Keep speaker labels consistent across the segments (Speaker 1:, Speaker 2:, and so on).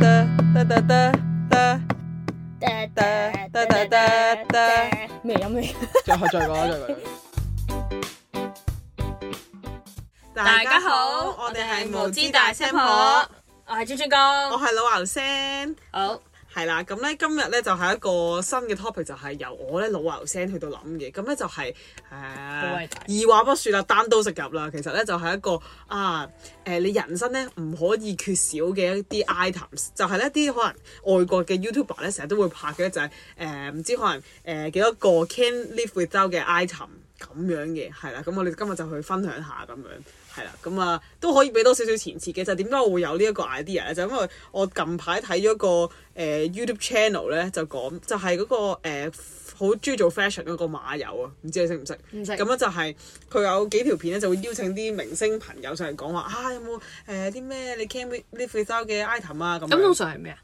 Speaker 1: 得得得得，
Speaker 2: 噠
Speaker 1: 噠噠噠噠噠
Speaker 2: 咩音嚟？
Speaker 1: 再再講再講。
Speaker 3: 大家好
Speaker 1: 我哋係
Speaker 3: 我哋係
Speaker 1: 無
Speaker 3: 無
Speaker 1: 知
Speaker 3: 知
Speaker 1: 大
Speaker 3: 大
Speaker 1: 聲
Speaker 3: 聲
Speaker 1: 婆，
Speaker 3: 婆我係豬豬
Speaker 1: 我
Speaker 3: 公，
Speaker 1: 係老牛聲。
Speaker 3: 好
Speaker 1: 係啦，咁咧今日咧就係一個新嘅 topic，就係由我咧老牛聲去到諗嘅，咁咧就係、誒、
Speaker 3: 偉大
Speaker 1: 二話不說啦，單刀直入啦，其實咧就係一個啊誒、你人生咧唔可以缺少嘅一啲 items，就係呢一啲可能外國嘅 YouTuber 咧成日都會拍嘅，就係誒唔知可能誒幾、多個 can live without 嘅 item 咁樣嘅，係啦，咁我哋今日就去分享下咁樣。係啦，咁啊都可以俾多少少前設嘅，就係點解我會有呢一個 idea 咧？就因為我近排睇咗個誒、呃 YouTube channel 咧，就講就係嗰、個呃好中意做 fashion 嗰個馬友啊，唔知你識唔識？
Speaker 2: 唔識
Speaker 1: 咁啊咧就係佢有幾條片咧，就會邀請啲明星朋友上嚟講話啊，有冇誒啲咩你 can live without 嘅 item 啊咁
Speaker 3: 咁通
Speaker 1: 樣。
Speaker 3: 常係咩啊？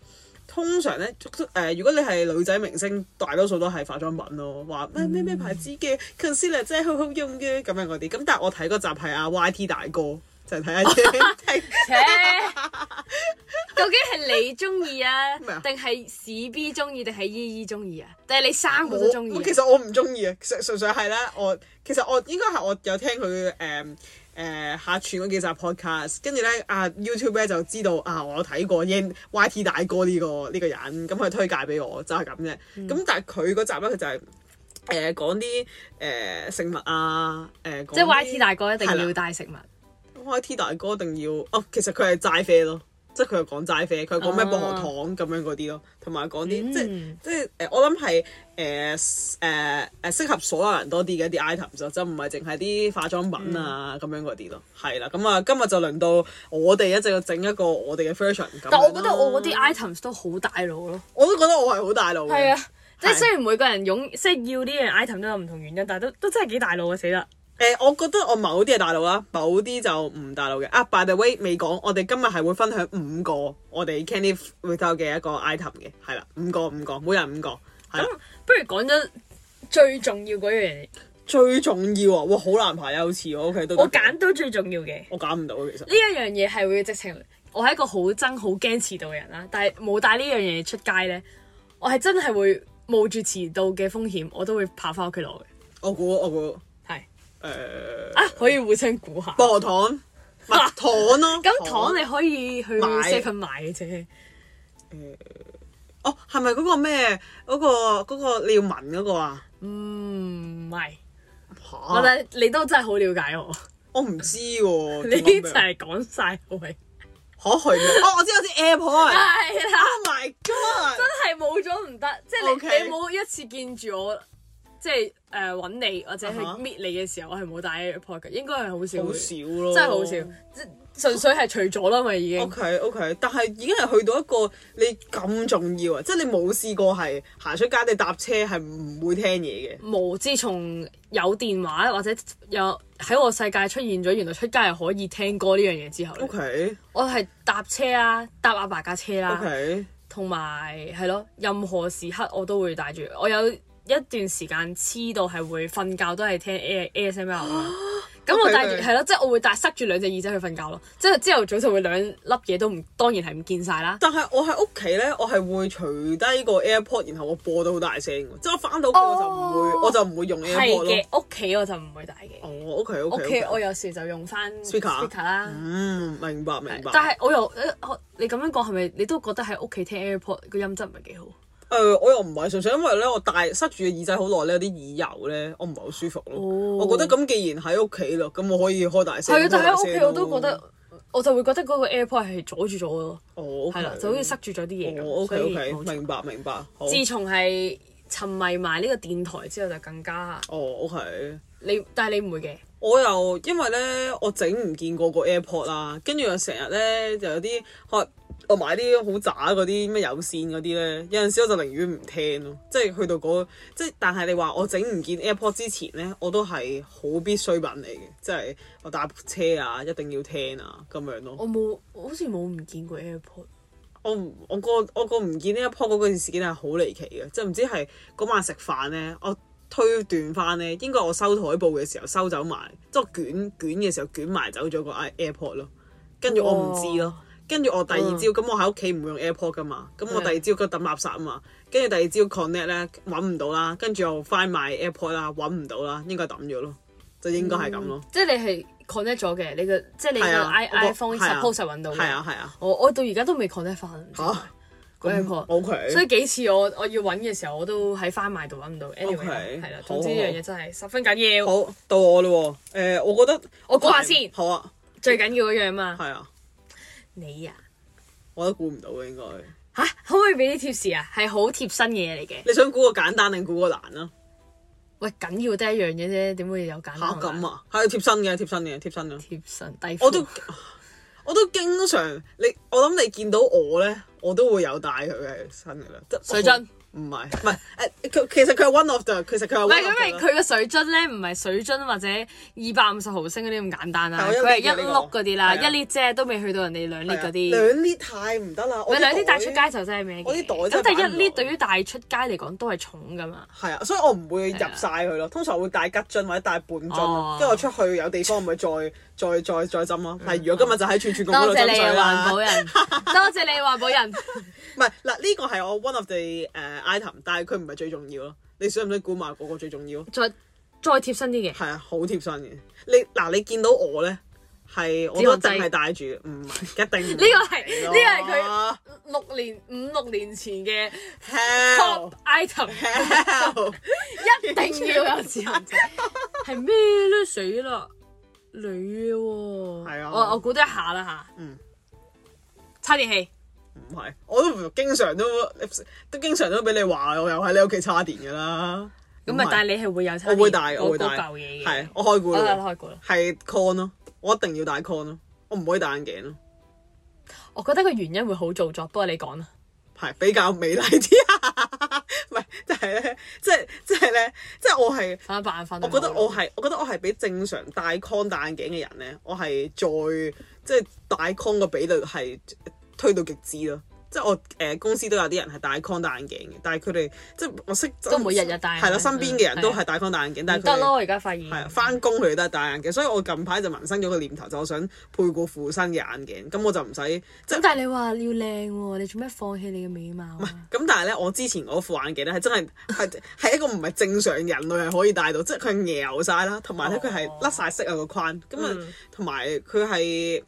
Speaker 1: 通常咧誒、呃如果你係女仔明星，大多數都係化妝品咯，話咩咩咩牌子嘅 concealer 真係好好用嘅咁樣嗰啲。咁但係我睇嗰集係阿 YT 大哥。就係睇下啫，係
Speaker 3: 切， 究竟係你中意啊，
Speaker 1: 咩啊
Speaker 3: 定係史 B 中意，定係依依中意啊？定係你三個都中意
Speaker 1: 我
Speaker 3: 啊？
Speaker 1: 其實我唔中意啊，純純粹係咧，我其實我應該係我有聽佢誒誒客串嗰幾集 podcast，跟住咧啊 YouTube 咧就知道啊，我有睇過 Yan- YT 大哥呢、個呢、個人，咁佢推介俾我就係咁啫。咁、
Speaker 3: 嗯
Speaker 1: 但係佢嗰集咧，佢就係、誒、講啲誒、食物啊，誒、講
Speaker 3: 即係
Speaker 1: 啲
Speaker 3: YT 大哥一定
Speaker 1: 係
Speaker 3: 要
Speaker 1: 啦
Speaker 3: 帶食物，
Speaker 1: YT 大哥一定要哦，其實佢係齋啡咯，即係佢又講齋啡，佢又講咩薄荷糖咁樣嗰啲咯，同埋講啲
Speaker 3: 嗯
Speaker 1: 即係即係誒，我諗係誒誒誒適合所有人多啲嘅一啲 items 咯，就唔係淨係啲化妝品啊
Speaker 3: 嗯
Speaker 1: 咁樣嗰啲咯，係啦，咁啊今日就輪到我哋一直要整一個我哋嘅 version 咁樣咯。
Speaker 3: 但我覺得我嗰啲 items 都好大路咯。
Speaker 1: 我都覺得我係好大路嘅，
Speaker 3: 係啊，即係
Speaker 1: 係
Speaker 3: 雖然每個人擁即係要呢樣 item 都有唔同原因，但係都都真係幾大路啊！死啦！
Speaker 1: 誒、我覺得我某啲係大陸啦，某啲就唔大陸嘅。啊，by the way，未講，我哋今日係會分享五個我哋 Candy Without 嘅一個 item 嘅，係啦，五個五個，每人五個，係啦。
Speaker 3: 不如講咗最重要嗰樣嘢，
Speaker 1: 最重要啊，哇，好難排優次喎。OK，都得
Speaker 3: 我揀到最重要嘅。
Speaker 1: 我揀唔到嘅其實
Speaker 3: 呢。一樣嘢係會直情，我係一個好憎、好驚遲到嘅人啦。但係冇帶呢樣嘢出街咧，我係真係會冒住遲到嘅風險，我都會跑翻屋企攞嘅。
Speaker 1: 我估我估誒、
Speaker 3: 係 啊，可以互相估下。
Speaker 1: 薄荷 糖、蜜糖咯。
Speaker 3: 咁糖你可以去
Speaker 1: 買
Speaker 3: seven 買嘅啫，
Speaker 1: 哦，係咪嗰個咩？嗰、個嗰、個你要聞嗰個啊？
Speaker 3: 嗯唔係。
Speaker 1: 嚇
Speaker 3: 我覺得你都真係好了解我，
Speaker 1: 我唔知喎。
Speaker 3: 你
Speaker 1: 點
Speaker 3: 就
Speaker 1: 諗嘅
Speaker 3: 係講晒我係。
Speaker 1: 嚇係咩？哦，我知我知 AirPod。
Speaker 3: 係啦，
Speaker 1: Oh my god！
Speaker 3: 真係冇咗唔得，即係你
Speaker 1: OK
Speaker 3: 你冇一次見住我，即係誒揾你或者去
Speaker 1: 啊哈
Speaker 3: meet 你嘅時候，我係冇帶 AirPod 嘅，應該係好少
Speaker 1: 好
Speaker 3: 會。
Speaker 1: 少咯，
Speaker 3: 真係好少，即純粹係除咗啦嘛已經。
Speaker 1: O K O K，但係已經係去到一個你咁重要啊，即係你冇試過係行出街你搭車係唔會聽嘢嘅。
Speaker 3: 無自從有電話或者有喺我世界出現咗，原來出街係可以聽歌呢樣嘢之後呢
Speaker 1: O K
Speaker 3: 我係搭車啊，搭阿爸架車
Speaker 1: O
Speaker 3: 啦，
Speaker 1: K，
Speaker 3: 同埋係咯，任何時刻我都會帶住。我有一段時間黐到係會瞓覺都係聽 A ASMR 啦。啊咁我
Speaker 1: OK，
Speaker 3: 帶住
Speaker 1: OK
Speaker 3: 係咯，即係我會帶塞住兩隻耳仔去瞓覺咯。即係朝頭早就會兩粒嘢都唔，當然係唔見晒啦。
Speaker 1: 但係我喺屋企咧，我係會除低個 AirPod，然後我播到好大聲喎，即係我翻到屋企我就唔會
Speaker 3: 哦
Speaker 1: 我就唔會用
Speaker 3: 係
Speaker 1: AirPod 咯。
Speaker 3: 嘅，屋企我就唔會帶嘅。
Speaker 1: 哦，O K O
Speaker 3: 屋
Speaker 1: K
Speaker 3: 企
Speaker 1: O
Speaker 3: 我
Speaker 1: K，
Speaker 3: 有時就用翻
Speaker 1: Speaker？啊
Speaker 3: 啦。
Speaker 1: 嗯，明白明白。
Speaker 3: 但係我又誒，我你咁樣講係咪你都覺得喺屋企聽 AirPod 個音質唔係幾好？
Speaker 1: 誒、我又唔係純粹因為咧，我戴塞住個耳仔好耐咧，有啲耳油咧，我唔係好舒服咯。
Speaker 3: 哦
Speaker 1: 我覺得咁既然喺屋企咯，咁我可以開大聲。
Speaker 3: 係啊，但
Speaker 1: 開大
Speaker 3: 係喺屋企
Speaker 1: 聲
Speaker 3: 我都覺
Speaker 1: 咯
Speaker 3: 得，我就會覺得嗰個 AirPod 係阻住咗我咯，
Speaker 1: 哦，OK，
Speaker 3: 係啦，就好似塞住咗啲嘢咁。
Speaker 1: 哦，OK
Speaker 3: 所以
Speaker 1: OK，
Speaker 3: 冇錯
Speaker 1: 明白明白，好。
Speaker 3: 自從係沉迷埋呢個電台之後，就更加
Speaker 1: 哦，OK。
Speaker 3: 你，但係你唔會嘅，
Speaker 1: 我又因為咧，我整唔見個個 AirPod 啦，跟住又成日咧就有啲可我買啲好渣嗰啲咩有線嗰啲咧，有陣時我就寧願唔聽咯，即係去到嗰、即係但係你話我整唔見 AirPod 之前咧，我都係好必需品嚟嘅，即係我搭車啊一定要聽啊咁樣咯。
Speaker 3: 我冇，我好似冇唔見過 AirPod。
Speaker 1: 我唔我個我個唔見呢一 p 嗰件事件係好離奇嘅，即係唔知係嗰晚食飯咧，我推斷翻咧，應該我收台布嘅時候收走埋，即係我捲捲嘅時候捲埋走咗個 i AirPod 咯，跟住我唔知咯，跟住我第二朝咁，我喺屋企唔會用 AirPod 噶嘛，咁我第二朝佢抌垃圾啊嘛，跟住第二朝 connect 咧揾唔到啦，跟住又 find my AirPod 啦，揾唔到啦，應該抌咗咯，就應該係咁咯。
Speaker 3: 即係你係 connect 咗嘅，你嘅即係你
Speaker 1: 係
Speaker 3: 嘅
Speaker 1: 啊
Speaker 3: i
Speaker 1: 我個
Speaker 3: iPhone
Speaker 1: 係啊
Speaker 3: suppose 係揾到嘅。
Speaker 1: 係啊係啊，
Speaker 3: 我我到而家都未 connect 翻
Speaker 1: 嚇
Speaker 3: 嗰 AirPod。
Speaker 1: O K，
Speaker 3: 所以幾次我我要揾嘅時候，我都喺翻賣度揾唔到。anyway，
Speaker 1: OK，
Speaker 3: 係啦，
Speaker 1: 好
Speaker 3: 總之呢樣嘢真係十分緊要。
Speaker 1: 好到我啦喎，誒，我覺得
Speaker 3: 我估下先
Speaker 1: 好啊，
Speaker 3: 最緊要嗰樣嘛，
Speaker 1: 係啊，
Speaker 3: 你啊
Speaker 1: 我都估唔到嘅應該。
Speaker 3: 吓，可唔可以俾啲 tips 啊？係好貼身嘅嘢嚟嘅。
Speaker 1: 你想估個簡單定估個難啊？
Speaker 3: 喂，緊要得一樣嘢啫，點會有簡單
Speaker 1: 嚇
Speaker 3: 同難
Speaker 1: 咁啊，係貼身嘅，貼身嘅，貼 身嘅。啊
Speaker 3: 貼身低褲
Speaker 1: 我都我都經常你，我諗你見到我咧，我都會有帶佢嘅身嘅啦。即哦
Speaker 3: 水樽，
Speaker 1: 唔係唔係誒，佢其實佢係 one of the，其實佢係啊
Speaker 3: 唔
Speaker 1: one
Speaker 3: 係
Speaker 1: of
Speaker 3: 因為
Speaker 1: the 啦。
Speaker 3: 佢個水樽咧，唔係水樽或者二百五十毫升嗰啲咁簡單啦，
Speaker 1: 係
Speaker 3: 佢
Speaker 1: 我
Speaker 3: 係
Speaker 1: 一
Speaker 3: 一
Speaker 1: 列嘅呢個
Speaker 3: 碌嗰啲啦，
Speaker 1: 係
Speaker 3: 一
Speaker 1: 啊
Speaker 3: lit 啫，都未去到人哋兩 lit 嗰
Speaker 1: 係啊
Speaker 3: 啲。
Speaker 1: 兩 lit 太唔得啦，我
Speaker 3: 咪兩 lit 帶
Speaker 1: 袋
Speaker 3: 出街就真係咩嘅？
Speaker 1: 我啲袋
Speaker 3: 咁
Speaker 1: 真
Speaker 3: 但
Speaker 1: 係
Speaker 3: 係
Speaker 1: 擺唔
Speaker 3: 一 lit
Speaker 1: 落
Speaker 3: 對於帶出街嚟講都係重噶嘛。
Speaker 1: 係啊，所以我唔會入
Speaker 3: 係啊
Speaker 1: 晒佢咯。通常會帶吉樽或者帶半
Speaker 3: 哦嗯
Speaker 1: 樽，跟住我出去有地方咪再再再再斟咯。例如我今日就喺串串公嗰度
Speaker 3: 多謝
Speaker 1: 斟
Speaker 3: 你
Speaker 1: 水
Speaker 3: 啊，
Speaker 1: 啦
Speaker 3: 環。保 人，多謝你環保人。
Speaker 1: 唔係嗱，呢個係我 one of the 誒 item，但係佢唔係最重要咯。你想唔想估埋嗰個最重要？
Speaker 3: 再再貼身 啲嘅，
Speaker 1: 係啊，好貼身嘅。你嗱，你見到我咧，係我都一定係戴住，唔係一定唔係。
Speaker 3: 呢個係
Speaker 1: 呢
Speaker 3: 呢個係佢六年五六年前嘅
Speaker 1: hell
Speaker 3: top item，
Speaker 1: hell
Speaker 3: 一定要有自行車。 係咩咧？死啦！你喎，
Speaker 1: 係啊
Speaker 3: 我我估得一下啦吓，
Speaker 1: 嗯，
Speaker 3: 叉電器
Speaker 1: 唔係，我都唔經常都都經常都俾你話我又喺你屋企叉電㗎啦。
Speaker 3: 咁啊
Speaker 1: 唔係，
Speaker 3: 但係你係會有叉
Speaker 1: 我
Speaker 3: 電，
Speaker 1: 會戴，我會戴
Speaker 3: 嗰嗰嚿嘢嘅，
Speaker 1: 係我開估
Speaker 3: 我有
Speaker 1: 啦，
Speaker 3: 開過啦。
Speaker 1: 係 con 咯，我一定要戴 con 咯，我唔可以戴眼鏡咯，
Speaker 3: 我覺得個原因會好做作，不過你講啦。
Speaker 1: 係比較美麗啲。啊 唔係，即係咧，即係即係咧，即係我係。
Speaker 3: 反白眼啊翻，
Speaker 1: 我覺得我係，我覺得我係比正常戴 con 戴眼鏡嘅人咧，我係再即係戴 con 個比率係推到極致咯。即係我誒、呃公司都有啲人係戴 con 戴眼鏡嘅，但係佢哋即係我識
Speaker 3: 都唔會日日戴嗯
Speaker 1: 係啦，身邊嘅人都
Speaker 3: 係啊
Speaker 1: 係戴 con 戴眼鏡，但係
Speaker 3: 唔
Speaker 1: 佢
Speaker 3: 得咯，
Speaker 1: 哋
Speaker 3: 我而家發現
Speaker 1: 係啊翻工佢哋都係戴眼鏡，所以我近排就萌生咗個念頭，就我想配過副身嘅眼鏡，咁我就唔使即
Speaker 3: 咁
Speaker 1: 係。
Speaker 3: 但係你話要靚喎，你做咩放棄你嘅美貌啊？
Speaker 1: 咁但係咧，我之前嗰副眼鏡咧係真係係係一個唔係正常人類係可以戴到，即係佢係晒啦，同埋咧
Speaker 3: 哦嗯
Speaker 1: 佢係甩晒色啊個框，咁啊同埋佢係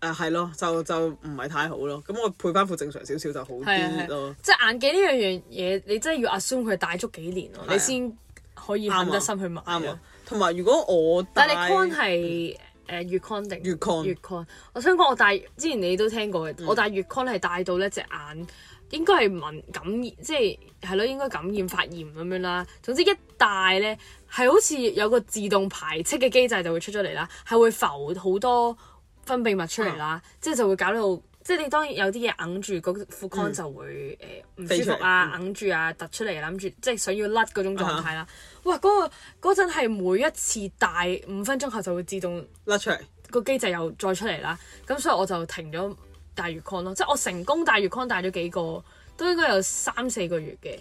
Speaker 1: 誒係咯，就就唔係太好咯。咁我配翻副正常少少就好
Speaker 3: 係啊係
Speaker 1: 啲
Speaker 3: 啊
Speaker 1: 咯。
Speaker 3: 即係眼鏡呢樣嘢，你真係要 assume 佢戴足幾年咯，
Speaker 1: 啊
Speaker 3: 你先可以
Speaker 1: 啱
Speaker 3: 狠
Speaker 1: 啊
Speaker 3: 得心去買
Speaker 1: 啱
Speaker 3: 啊
Speaker 1: 啊。。同埋如果我
Speaker 3: 但
Speaker 1: 戴
Speaker 3: 係你 con 係誒月 con 定
Speaker 1: 月 con
Speaker 3: 月 con？我想講我戴之前你都聽過
Speaker 1: 嗯
Speaker 3: 嘅，我戴月 con 係戴到咧隻眼應該係敏感染，即係係咯，應該感染發炎咁樣啦。總之一戴咧係好似有個自動排斥嘅機制就會出咗嚟啦，係會浮好多分泌物出嚟
Speaker 1: 啊
Speaker 3: 啦，即係就會搞到。即係你當然有啲嘢揞住嗰副 con 就會誒唔、
Speaker 1: 嗯飛
Speaker 3: 舒
Speaker 1: 出
Speaker 3: 服
Speaker 1: 嚟嗯
Speaker 3: 啊，揞住啊，突出嚟諗住即係想要甩嗰種狀態
Speaker 1: 啊
Speaker 3: 啦。哇！嗰、個嗰陣係每一次戴五分鐘後就會自動
Speaker 1: 甩出嚟，
Speaker 3: 個機制又再出嚟啦，咁所以我就停咗戴月 con 咯，即係我成功戴月 con 戴咗幾個，都應該有三四個月嘅。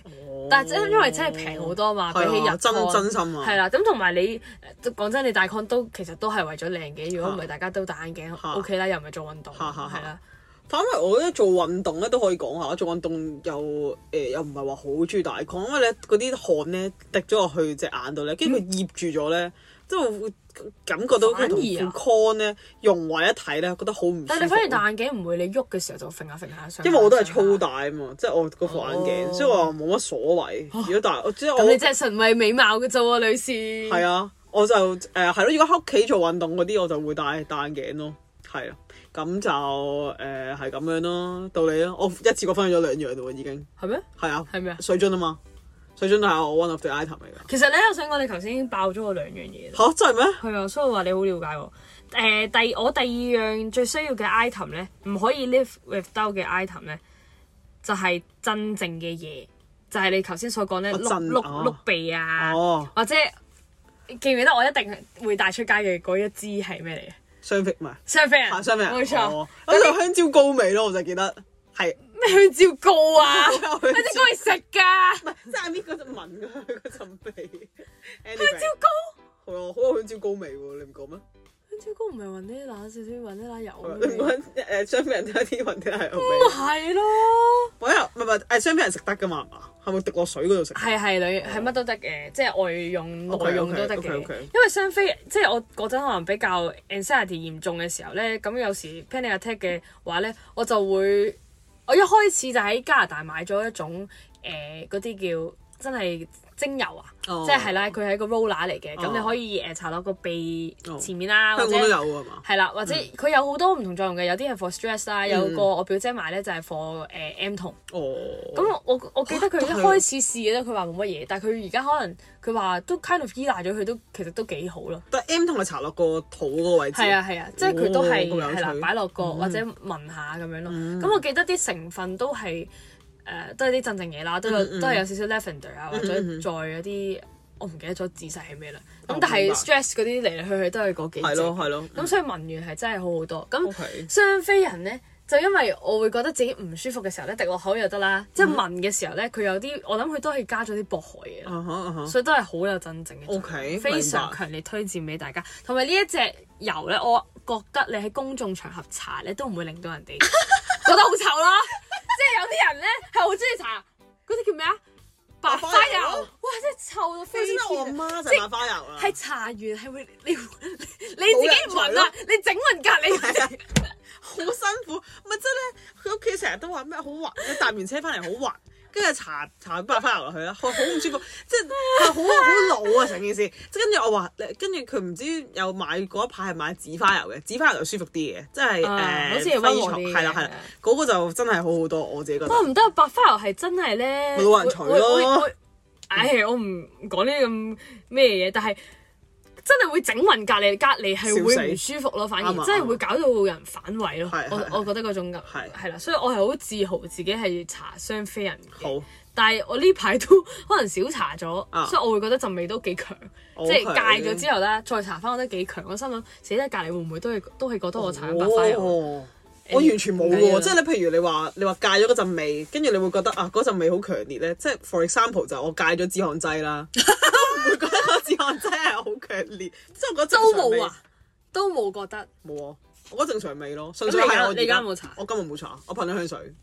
Speaker 3: 但係真因為真係平好多嘛，比
Speaker 1: 哦係啊
Speaker 3: 起日 con
Speaker 1: 真真心啊
Speaker 3: 係啦，咁同埋你講真，你戴 con 都其實都係為咗靚嘅，如果唔係大家都戴眼鏡
Speaker 1: 嚇
Speaker 3: OK 啦，又唔係做運動，
Speaker 1: 嚇嚇
Speaker 3: 係啦，
Speaker 1: 反為我覺得做運動咧都可以講下，做運動又誒、又唔係話好中意戴 con，因為咧嗰啲汗咧滴咗落去隻眼度咧，跟住佢醃住咗咧，即係會感覺到佢同副 con 咧融為一體咧，覺得好唔舒服。
Speaker 3: 啊但係你反而戴眼鏡唔會，你喐嘅時候就揈下揈下上下。
Speaker 1: 因為我都係
Speaker 3: 上下
Speaker 1: 粗戴啊嘛，即係我嗰副眼鏡，
Speaker 3: 哦
Speaker 1: 所以我話冇乜所謂。如果戴，我即係
Speaker 3: 咁你
Speaker 1: 我
Speaker 3: 真係純為美貌嘅啫喎，女士。係
Speaker 1: 係啊，我就誒係咯。如果喺屋企做運動嗰啲，我就會戴戴眼鏡咯。係啊，咁就誒係咁樣咯，道理咯。我一次過分享咗兩樣嘞喎，已經。
Speaker 3: 係咩？
Speaker 1: 係啊，
Speaker 3: 係咩啊
Speaker 1: 水樽啊嘛，水樽係我 one of the item 嚟㗎。
Speaker 3: 其實咧，我想講你頭先已經爆咗我兩樣嘢啦。
Speaker 1: 嚇真係咩？
Speaker 3: 係啊，所以話你好了解我。誒、第我第二樣最需要嘅 item 咧，唔可以 live without 嘅 item 咧，就係、真正嘅嘢，就係、你頭先所講咧，
Speaker 1: 哦
Speaker 3: 碌
Speaker 1: 真
Speaker 3: 碌
Speaker 1: 哦
Speaker 3: 碌鼻啊，
Speaker 1: 哦
Speaker 3: 或者記唔記得我一定會帶出街嘅嗰一支係咩嚟嘅？
Speaker 1: 雙飛唔係
Speaker 3: 雙飛人，
Speaker 1: 嚇雙飛人
Speaker 3: 冇錯
Speaker 1: 哦。啊咁就香蕉膏味咯，我就記得係。
Speaker 3: 咩香蕉糕 啊？
Speaker 1: 香蕉
Speaker 3: 香蕉
Speaker 1: 糕
Speaker 3: 糕係食㗎，香
Speaker 1: 即係呢個就聞㗎 佢嗰陣味。
Speaker 3: 蕉糕。
Speaker 1: 啊係啊，好有香蕉膏味喎，你唔覺咩？
Speaker 3: 香香蕉膏唔係 vanilla，少少 vanilla 油咁
Speaker 1: 唔
Speaker 3: 樣。
Speaker 1: 揾誒雙俾人睇啲雲吞係 O
Speaker 3: 唔
Speaker 1: K，
Speaker 3: 係咯，
Speaker 1: 我又唔係唔係誒雙俾人食得㗎嘛，係嘛？係咪滴落水嗰度食？啊
Speaker 3: 係係女係乜都得嘅，即係外用內
Speaker 1: OK，OK，
Speaker 3: 用都得嘅。
Speaker 1: OK，OK
Speaker 3: 因為雙飛即係我嗰陣可能比較 anxiety 嚴重嘅時候咧，咁有時 panic attack 嘅話咧，我就會我一開始就喺加拿大買咗一種誒嗰啲叫真係精油啊，
Speaker 1: 哦
Speaker 3: 即係係啦，佢係一個 roller 嚟嘅，咁你可以誒搽落個鼻前面啦，或
Speaker 1: 哦香
Speaker 3: 者
Speaker 1: 港都有啊㗎嘛？
Speaker 3: 係啦，或者
Speaker 1: 嗯
Speaker 3: 佢有好多唔同作用嘅，有啲係 for stress 啦，有個我表姐買咧就係 for 誒 M 痛。
Speaker 1: 哦，
Speaker 3: 咁我我我記得佢一
Speaker 1: 都係喎
Speaker 3: 開始試嘅咧，佢話冇乜嘢，但係佢而家可能佢話都 kind of 依賴咗佢，都其實都幾好咯。
Speaker 1: 但 M 同佢搽落個肚嗰個位置，
Speaker 3: 係啊係啊，即係佢都係
Speaker 1: 哦咁有
Speaker 3: 係啦
Speaker 1: 趣，嗯
Speaker 3: 擺落個或者聞下咁樣咯。咁我記得啲成分都係誒都係啲鎮靜嘢啦，都
Speaker 1: 嗯
Speaker 3: 有都係有少少 lavender 啊，或者再有啲我唔記得咗仔細係咩啦。咁但
Speaker 1: 明
Speaker 3: 係
Speaker 1: 哦白
Speaker 3: stress 嗰啲嚟嚟去去都係嗰幾
Speaker 1: 係
Speaker 3: 隻
Speaker 1: 咯。係啊咯，
Speaker 3: 咁所以聞完係真係好好多。咁
Speaker 1: OK
Speaker 3: 雙飛人咧，就因為我會覺得自己唔舒服嘅時候咧，滴落口又
Speaker 1: 嗯
Speaker 3: 得啦。即係聞嘅時候咧，佢有啲我諗佢都係加咗啲薄荷嘢啦，
Speaker 1: 啊哈啊哈
Speaker 3: 所以都係好有真正嘅作用。
Speaker 1: OK，
Speaker 3: 非常
Speaker 1: 明白
Speaker 3: 強烈推薦俾大家。同埋呢一隻油咧，我覺得你喺公眾場合搽咧都唔會令到人 哋覺得好臭啦。即係有啲人咧係好中意搽嗰啲叫咩啊？白花
Speaker 1: 白花
Speaker 3: 油，
Speaker 1: 油
Speaker 3: 哇！真係臭到飛
Speaker 1: 你知唔知我
Speaker 3: 天
Speaker 1: 阿
Speaker 3: 啊！
Speaker 1: 媽就係買花油啦，
Speaker 3: 係搽完係會你你自己唔聞啊，你整暈隔離嗰
Speaker 1: 啊
Speaker 3: 啲。
Speaker 1: 好辛苦，咪真咧？佢屋企成日都話咩好滑，你搭完車翻嚟好滑，跟住搽搽白花油落去啦，佢好唔舒服，即係好好老啊成件事。即係跟住我話，跟住佢唔知有買嗰一排係買紫花油嘅，紫花油舒服啲嘅，即係誒
Speaker 3: 啊好似溫和啲嘅
Speaker 1: 係啦係啦，嗰個就真係好好多，我自己覺得
Speaker 3: 哇唔得，啊白花油係真係咧，
Speaker 1: 咪老人除咯
Speaker 3: 會。會會唉，我唔講呢啲咁咩嘢，但係真係會整暈隔離，隔離係會唔舒服咯，反而
Speaker 1: 啱啊
Speaker 3: 真係會搞到人反胃咯
Speaker 1: 係。
Speaker 3: 我
Speaker 1: 係
Speaker 3: 我覺得嗰種感
Speaker 1: 係
Speaker 3: 係啦，所以我係好自豪自己係搽雙飛人嘅
Speaker 1: 好。
Speaker 3: 但係我呢排都 可能少搽咗，
Speaker 1: 啊
Speaker 3: 所以我會覺得陣味都幾強，
Speaker 1: OK
Speaker 3: 即係戒咗之後咧，再搽翻我覺得幾強。我心諗死得隔離會唔會都係都係覺得我搽緊白花油？
Speaker 1: 哦我完全冇
Speaker 3: 唔啊緊要
Speaker 1: 喎，
Speaker 3: 啦
Speaker 1: 即係你譬如你話你話戒咗嗰陣味，跟住你會覺得啊嗰陣味好強烈咧，即係 for example 就我戒咗止汗劑啦，都唔會覺得個止汗劑係好強烈，即係我覺得正
Speaker 3: 都
Speaker 1: 常味
Speaker 3: 冇啊，都冇覺得。
Speaker 1: 冇啊，我覺得正常味咯，純粹係
Speaker 3: 你而家
Speaker 1: 我
Speaker 3: 你而家有冇搽
Speaker 1: 我今日冇搽，我噴咗香水，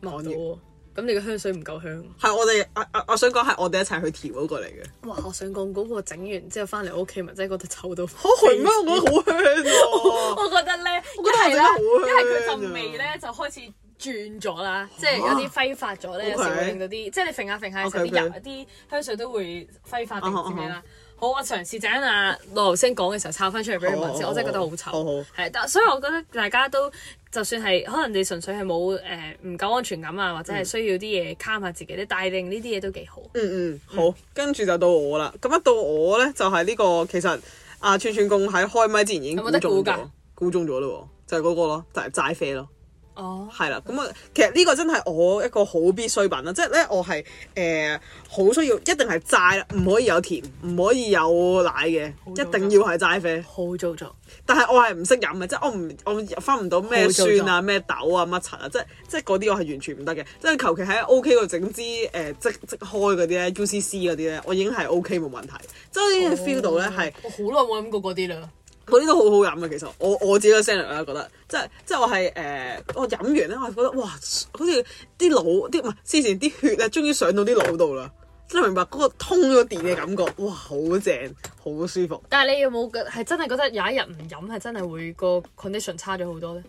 Speaker 3: 望
Speaker 1: 到
Speaker 3: 到喎，咁你嘅香水唔夠香。
Speaker 1: 係我哋啊啊我想講係我哋一齊去調嗰個嚟嘅，
Speaker 3: 哇！我想講嗰個整完之後翻嚟我屋企，咪真係覺得臭到。
Speaker 1: 好係
Speaker 3: 啊
Speaker 1: 咩？我覺得好香喎，
Speaker 3: 我覺得咧，一
Speaker 1: 覺得
Speaker 3: 係
Speaker 1: 係
Speaker 3: 咧，
Speaker 1: 真係好啊香
Speaker 3: 一係佢陣味咧就開始轉咗啦，即係有啲揮發咗咧，有
Speaker 1: 啊 OK
Speaker 3: 時會令到啲，即係你揈下揈下嘅時候，啲
Speaker 1: OK，OK
Speaker 3: 油啲香水都會揮發定唔知咩
Speaker 1: 啊
Speaker 3: 啦。好，我嘗試就喺啊，我頭先講嘅時候抄翻出嚟俾你聞
Speaker 1: 好
Speaker 3: 先，
Speaker 1: 好
Speaker 3: 我真係覺得好
Speaker 1: 好好
Speaker 3: 臭。係，但所以我覺得大家都就算係可能你純粹係冇誒唔夠安全感啊，或者係需要啲嘢 calm 下自己，你帶定呢啲嘢都幾好。
Speaker 1: 嗯嗯，好，跟住就到我啦。咁一到我咧，就係、呢、個其實啊，串串共喺開麥之前已經
Speaker 3: 有
Speaker 1: 估
Speaker 3: 冇得
Speaker 1: 中
Speaker 3: 估
Speaker 1: 咗
Speaker 3: 㗎，
Speaker 1: 估中咗咯喎，就係、嗰個咯，就係、齋啡咯。
Speaker 3: 哦，
Speaker 1: 係啦，咁啊，其實呢個真係我一個好必需品啦，即係咧我係誒好需要，一定係齋啦，唔可以有甜，唔可以有奶嘅，
Speaker 3: 好
Speaker 1: 一定要係齋啡。
Speaker 3: 好做作。
Speaker 1: 但係我係唔識飲嘅，即係我唔我分唔到咩
Speaker 3: 好做
Speaker 1: 酸
Speaker 3: 作
Speaker 1: 啊、咩豆啊、乜柒啊，即係即係嗰啲我係完全唔得嘅。即係求其喺 O K 度整支誒、呃即即開嗰啲咧 U C C 嗰啲咧，我已經係 O K 冇問題。即係我已
Speaker 3: 哦
Speaker 1: 經 feel 到咧係
Speaker 3: 我好耐冇飲過嗰啲啦。
Speaker 1: 嗰啲都好好飲啊。其實我我自己嘅 s e n d 啦，覺得即係即係我係誒、呃我飲完咧，我係覺得哇，好似啲腦啲唔係之前啲血咧，終於上到啲腦度啦。即係明白嗰、個通咗電嘅感覺，哇，好正，好舒服。
Speaker 3: 但係你有冇覺係真係覺得有一日唔飲係真係會個 condition 差咗好多咧？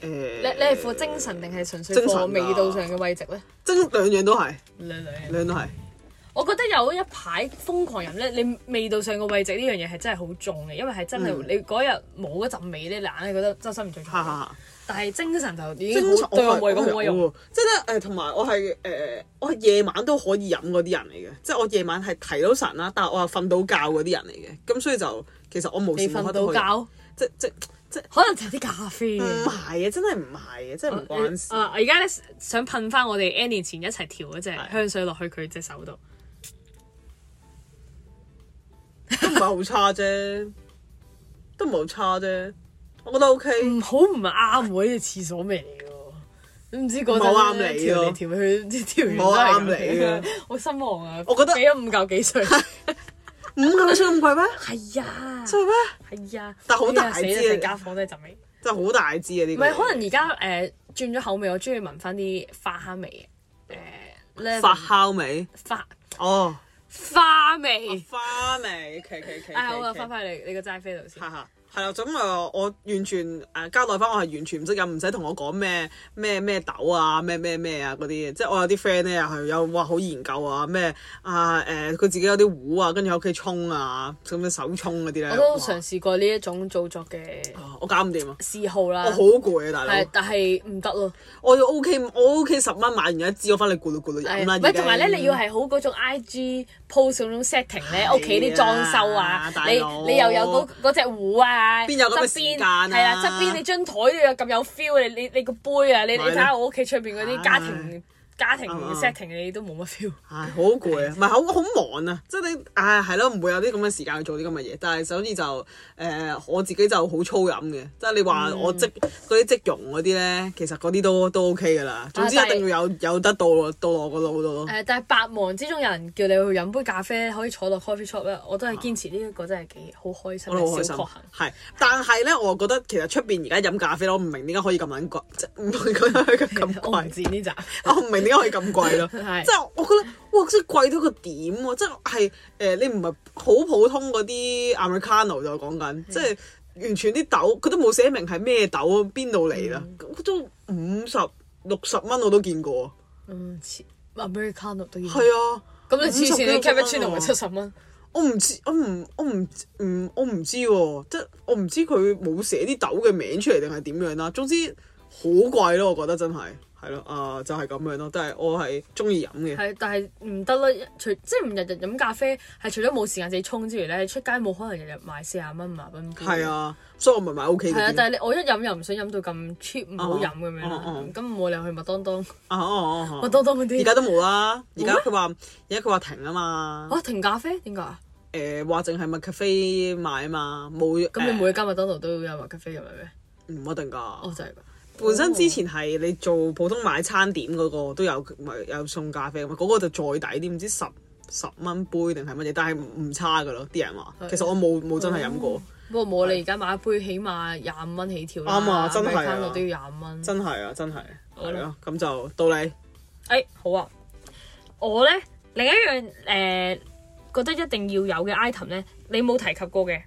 Speaker 1: 誒、
Speaker 3: 你你
Speaker 1: 呃
Speaker 3: 係 for 精神定係純粹
Speaker 1: 精神㗎
Speaker 3: for 味道上嘅慰藉咧？
Speaker 1: 真兩樣都係，
Speaker 3: 兩兩樣，
Speaker 1: 兩樣都係。
Speaker 3: 我覺得有一排瘋狂飲咧，你味道上嘅慰藉呢樣嘢係真係好重嘅，因為係真係、
Speaker 1: 嗯
Speaker 3: 你嗰日冇嗰陣味咧，你硬係覺得周身唔聚
Speaker 1: 哈哈
Speaker 3: 財。
Speaker 1: 哈。
Speaker 3: 但係精神就已
Speaker 1: 即
Speaker 3: 經好對我嚟講好
Speaker 1: 我
Speaker 3: 有
Speaker 1: 有
Speaker 3: 用。
Speaker 1: 喎即係咧誒，同埋我係誒，我係夜晚都可以飲嗰啲人嚟嘅，即係我夜晚係提到神啦，但係我係瞓到覺嗰啲人嚟嘅，咁所以就其實我無
Speaker 3: 你
Speaker 1: 時無
Speaker 3: 瞓
Speaker 1: 刻都可以
Speaker 3: 到覺，嗯
Speaker 1: 即即即
Speaker 3: 可能就係啲咖啡。
Speaker 1: 唔係啊，真係唔係啊，真係唔關事。
Speaker 3: 啊！而家咧想噴翻我哋 N 年前一齊調嗰只香水落去佢隻手度，
Speaker 1: 都唔係好差啫，都唔係好差啫，我覺得 OK。
Speaker 3: 唔好唔啱喎，呢隻廁所味嚟喎。你唔知嗰
Speaker 1: 唔係好
Speaker 3: 陣
Speaker 1: 啱
Speaker 3: 咧
Speaker 1: 你
Speaker 3: 調嚟
Speaker 1: 咯
Speaker 3: 調去，調完
Speaker 1: 唔係好
Speaker 3: 都係咁
Speaker 1: 啱你啊
Speaker 3: 好失望啊！
Speaker 1: 我覺得
Speaker 3: 俾咗五嚿幾水，
Speaker 1: 五個女出咁貴咩？
Speaker 3: 係啊，
Speaker 1: 真係咩？
Speaker 3: 係啊，
Speaker 1: 但好大支啊
Speaker 3: 哎呀死啦成家房都係陣味。
Speaker 1: 真係好大支啊！呢
Speaker 3: 唔
Speaker 1: 個
Speaker 3: 係，可能而家誒轉咗口味，我中意聞翻啲花蝦味嘅誒 lemon
Speaker 1: 發酵味
Speaker 3: 花
Speaker 1: 哦，
Speaker 3: 花味。
Speaker 1: 花味，其其其，
Speaker 3: 啊好啊，
Speaker 1: 其
Speaker 3: 翻返嚟你個齋飛度先。
Speaker 1: 哈哈，係啦，咁啊，我完全誒、交代翻，我係完全唔識飲，唔使同我講咩咩咩豆啊，咩咩咩啊嗰啲，即係我有啲 friend 咧係有哇好研究啊，咩啊誒，佢、自己有啲壺啊，跟住喺屋企沖啊，咁樣手沖嗰啲咧，
Speaker 3: 我都
Speaker 1: 哇
Speaker 3: 嘗試過呢一種造作嘅
Speaker 1: 啊我搞唔掂啊！
Speaker 3: 嗜好啦
Speaker 1: 我，好攰啊，大佬
Speaker 3: 係！但係唔得咯。
Speaker 1: 我要 O K，我 O K 十蚊買完一支，我翻嚟咕嚕咕嚕
Speaker 3: 係
Speaker 1: 飲啦。
Speaker 3: 唔係
Speaker 1: 已經
Speaker 3: 同埋咧，你要係好嗰種 I G post 嗰種 setting 咧，屋企啲裝修啊，
Speaker 1: 啊大
Speaker 3: 你
Speaker 1: 佬
Speaker 3: 你又有嗰嗰隻壺啊，
Speaker 1: 邊有咁嘅
Speaker 3: 側
Speaker 1: 時
Speaker 3: 邊
Speaker 1: 間啊
Speaker 3: 係啦，側邊你張台都有咁有 feel，你你你個杯啊，你你
Speaker 1: 咪咯
Speaker 3: 睇下我屋企出邊嗰啲家
Speaker 1: 唉嗯
Speaker 3: 庭家庭
Speaker 1: 啱啱
Speaker 3: setting，你都冇 乜 feel。
Speaker 1: 唉，好攰啊，唔係好好忙啊，即係你唉係咯，唔會有啲咁嘅時間去做啲咁嘅嘢。但係所以就誒、我自己就好粗飲嘅，即係你話
Speaker 3: 嗯
Speaker 1: 我即嗰啲即溶嗰啲咧，其實嗰啲都都 OK 㗎啦。總之一
Speaker 3: 啊但係
Speaker 1: 定要有有得到到我個腦度咯。
Speaker 3: 誒，但係百忙之中有人叫你去飲杯咖啡，可以坐落 coffee shop 咧，我都係堅持呢一個真係幾好開心
Speaker 1: 我都好
Speaker 3: 嘅
Speaker 1: 開
Speaker 3: 小
Speaker 1: 心
Speaker 3: 確幸。，
Speaker 1: 係，但係咧，我覺得其實出邊而家飲咖啡咧，我唔明點解可以咁撚貴，即係唔係咁
Speaker 3: 我唔
Speaker 1: 貴，
Speaker 3: 知呢集
Speaker 1: 我唔明點解可以咁貴咯。
Speaker 3: 係
Speaker 1: 即係我覺得哇，真係貴到個點喎！即係誒，你唔係好普通嗰啲 Americano 就講
Speaker 3: 嗯
Speaker 1: 緊，即係完全啲豆佢都冇寫明係咩豆邊度嚟
Speaker 3: 嗯
Speaker 1: 啦，都五十六十蚊我都見過。
Speaker 3: 嗯切 Americano 都要。
Speaker 1: 係啊，
Speaker 3: 咁你黐線，你
Speaker 1: 50幾個鐘
Speaker 3: cappuccino 咪七十蚊？
Speaker 1: 我唔知，我唔我唔唔我唔知喎，即係我唔知佢冇寫啲豆嘅名出嚟定係點樣啦。總之好貴咯，我覺得真係係咯，啊、就係、咁樣咯，都係我係中意飲嘅。
Speaker 3: 係，但係唔得啦，除即係唔日日飲咖啡，係除咗冇時間自己沖之餘咧，出街冇可能日日買四廿蚊馬賓杯。
Speaker 1: 係。啊，所以我咪買 OK
Speaker 3: 係啊
Speaker 1: 嗰，啲
Speaker 3: 但係你我一飲又唔想飲到咁 cheap，唔好飲咁樣
Speaker 1: 哦哦
Speaker 3: 啦。咁冇理由去麥當當，
Speaker 1: 啊哦哦哦
Speaker 3: 麥當當嗰
Speaker 1: 而
Speaker 3: 啲。
Speaker 1: 家都冇啦，而家
Speaker 3: 冇咩
Speaker 1: 佢話而家佢話停啊嘛，
Speaker 3: 啊，停咖啡點解啊？
Speaker 1: 誒話淨係麥咖啡買啊嘛，冇
Speaker 3: 咁你每一間麥當勞都有麥咖啡入嚟
Speaker 1: 誒
Speaker 3: 咩？
Speaker 1: 唔一定
Speaker 3: 哦，
Speaker 1: 㗎。
Speaker 3: 就係㗎。
Speaker 1: 本身之前係你做普通買餐點嗰個都有咪有送咖啡㗎嘛，嗰個就再抵啲，唔知十十蚊杯定係乜嘢，但係唔唔差㗎咯。啲人話，其實我冇冇真係飲過，
Speaker 3: 不過冇你而家買一杯起碼廿五蚊起跳啦，
Speaker 1: 啱啊真係啊
Speaker 3: 麥當勞都要廿五蚊。
Speaker 1: 真係啊，真係
Speaker 3: 好
Speaker 1: 係
Speaker 3: 啦
Speaker 1: 咯。咁就到你
Speaker 3: 哎，好啊！我咧另一樣誒、呃、覺得一定要有嘅 item 咧，你冇提及過嘅。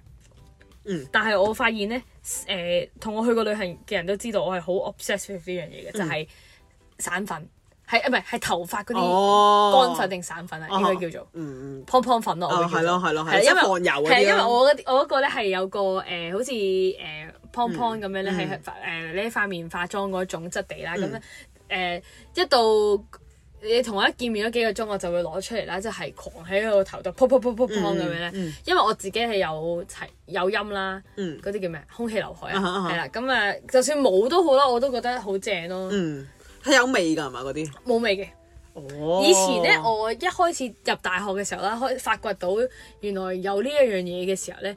Speaker 1: 嗯。
Speaker 3: 但係我發現咧，誒、同我去過旅行嘅人都知道，我係好 obsessed with 呢樣
Speaker 1: 嗯
Speaker 3: 嘢嘅，就係散粉，係啊唔係係頭髮嗰啲
Speaker 1: 哦，
Speaker 3: 乾粉定散粉啊，
Speaker 1: 哦
Speaker 3: 應該叫做。
Speaker 1: 嗯嗯
Speaker 3: 泡泡粉咯，我會
Speaker 1: 哦
Speaker 3: 叫
Speaker 1: 係咯
Speaker 3: 做
Speaker 1: 係咯係
Speaker 3: 啊
Speaker 1: 即係
Speaker 3: 因為
Speaker 1: 放油嗰啲
Speaker 3: 係啊因為
Speaker 1: 咯
Speaker 3: 我嗰啲我嗰個咧係有個呃誒，好似誒 pon pon 咁樣
Speaker 1: 嗯
Speaker 3: 咧，係呃誒你喺塊面化妝嗰種質地啦，咁咧誒一到。呃你同我一見面嗰幾個鐘，我就會攞出嚟啦，即係狂喺個頭度噗噗噗噗
Speaker 1: 嗯
Speaker 3: 噗咁樣咧，因為我自己係有齊有音啦，
Speaker 1: 嗯
Speaker 3: 嗰啲叫咩啊空氣劉海啊，
Speaker 1: 啊哈啊哈
Speaker 3: 係啦，咁啊，就算冇都好啦，我都覺得好正咯，
Speaker 1: 嗯，係有味㗎係嘛嗰啲？
Speaker 3: 冇味嘅。
Speaker 1: 哦
Speaker 3: 以前咧，我一開始入大學嘅時候啦，開發掘到原來有呢一樣嘢嘅時候咧，